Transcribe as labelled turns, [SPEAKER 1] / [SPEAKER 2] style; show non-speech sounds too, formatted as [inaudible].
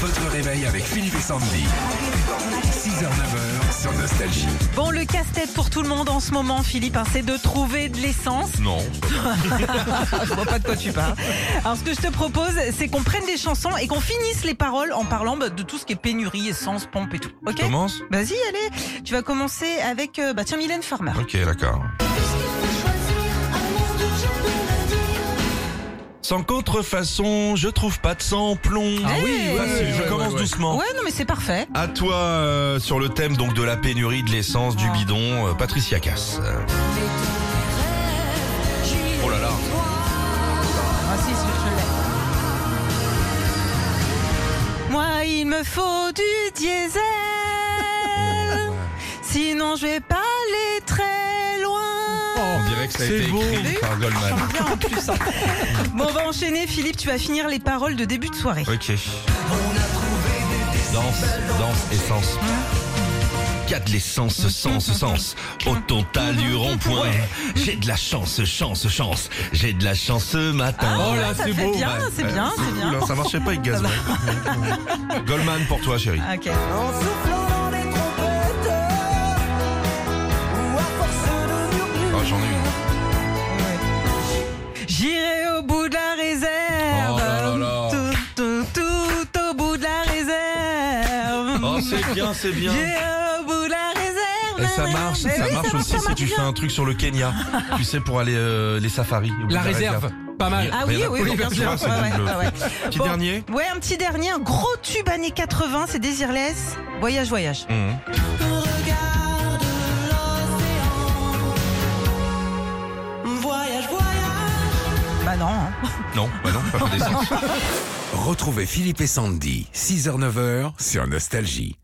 [SPEAKER 1] Votre réveil avec Philippe et Sandy. 6h, 9h sur Nostalgie.
[SPEAKER 2] Bon, le casse-tête pour tout le monde en ce moment, Philippe, hein, c'est de trouver de l'essence.
[SPEAKER 1] Non.
[SPEAKER 2] [laughs] Je vois pas de quoi tu parles. Alors, ce que je te propose, c'est qu'on prenne des chansons et qu'on finisse les paroles en parlant bah, de tout ce qui est pénurie, essence, pompe et tout. Ok
[SPEAKER 1] Commence
[SPEAKER 2] Vas-y, allez. Tu vas commencer avec, euh, bah tiens, Mylène Farmer.
[SPEAKER 1] Ok, d'accord. Sans contrefaçon, je trouve pas de sans plomb.
[SPEAKER 2] Ah oui, Hey. oui,
[SPEAKER 1] Facile,
[SPEAKER 3] oui,
[SPEAKER 1] je
[SPEAKER 3] oui,
[SPEAKER 1] commence
[SPEAKER 3] oui, oui.
[SPEAKER 1] doucement.
[SPEAKER 2] Ouais, non, mais c'est parfait.
[SPEAKER 1] À toi euh, sur le thème donc de la pénurie de l'essence
[SPEAKER 2] Ah.
[SPEAKER 1] du bidon, euh, Patricia Cass. Oh là là.
[SPEAKER 2] Ah, si, si, je l'ai. Moi, il me faut du [laughs] diesel. Sinon, je vais pas aller très loin.
[SPEAKER 1] On dirait que ça a
[SPEAKER 3] C'est
[SPEAKER 1] été
[SPEAKER 3] beau.
[SPEAKER 1] écrit par Goldman.
[SPEAKER 2] Chante bien en plus. hein. Bon, on va enchaîner, Philippe. Tu vas finir les paroles de début de soirée.
[SPEAKER 1] Ok. Danse, danse, essence. Qu'a de l'essence, sens, sens. Au total du rond-point. J'ai de la chance, chance, chance. J'ai de la chance ce matin.
[SPEAKER 3] Oh là,
[SPEAKER 2] ça
[SPEAKER 3] c'est
[SPEAKER 2] fait
[SPEAKER 3] beau.
[SPEAKER 2] bien,
[SPEAKER 1] Ouais,
[SPEAKER 2] c'est
[SPEAKER 1] ouais,
[SPEAKER 2] bien, c'est
[SPEAKER 1] cool,
[SPEAKER 2] bien.
[SPEAKER 1] hein, ça marchait pas avec
[SPEAKER 2] [laughs]
[SPEAKER 1] Gazouel. Goldman pour toi, chérie.
[SPEAKER 2] Ah, Ok.
[SPEAKER 4] En soufflant dans les trompettes Ou à force de murmure
[SPEAKER 1] Oh, j'en ai une.
[SPEAKER 2] J'irai au bout de la réserve.
[SPEAKER 1] Oh là là là.
[SPEAKER 2] Tout, tout, tout au bout de la réserve.
[SPEAKER 1] Oh, c'est bien, c'est bien.
[SPEAKER 2] J'irai au bout de la réserve.
[SPEAKER 1] Et Eh, ça marche,
[SPEAKER 2] Mais
[SPEAKER 1] ça
[SPEAKER 2] oui,
[SPEAKER 1] marche aussi
[SPEAKER 2] ça
[SPEAKER 1] si tu
[SPEAKER 2] bien.
[SPEAKER 1] fais un truc sur le Kenya. tu sais, pour aller euh, les safaris. au bout de
[SPEAKER 3] La réserve, pas mal.
[SPEAKER 2] Ah oui,
[SPEAKER 1] Mais
[SPEAKER 2] oui,
[SPEAKER 1] la-
[SPEAKER 2] oui, bien
[SPEAKER 1] tu
[SPEAKER 2] sûr.
[SPEAKER 1] vois, c'est
[SPEAKER 2] Ouais,
[SPEAKER 1] double.
[SPEAKER 2] ouais, ouais.
[SPEAKER 1] Petit
[SPEAKER 2] Bon.
[SPEAKER 1] dernier.
[SPEAKER 2] Ouais, un petit dernier, un gros tube années 80, c'est Désirless. Voyage, voyage.
[SPEAKER 1] Mhm.
[SPEAKER 4] Regarde l'océan Voyage, voyage
[SPEAKER 2] Bah non. hein.
[SPEAKER 1] Non, bah non, pas d'essence.
[SPEAKER 5] Retrouvez Philippe et Sandy, 6h-9h sur Nostalgie.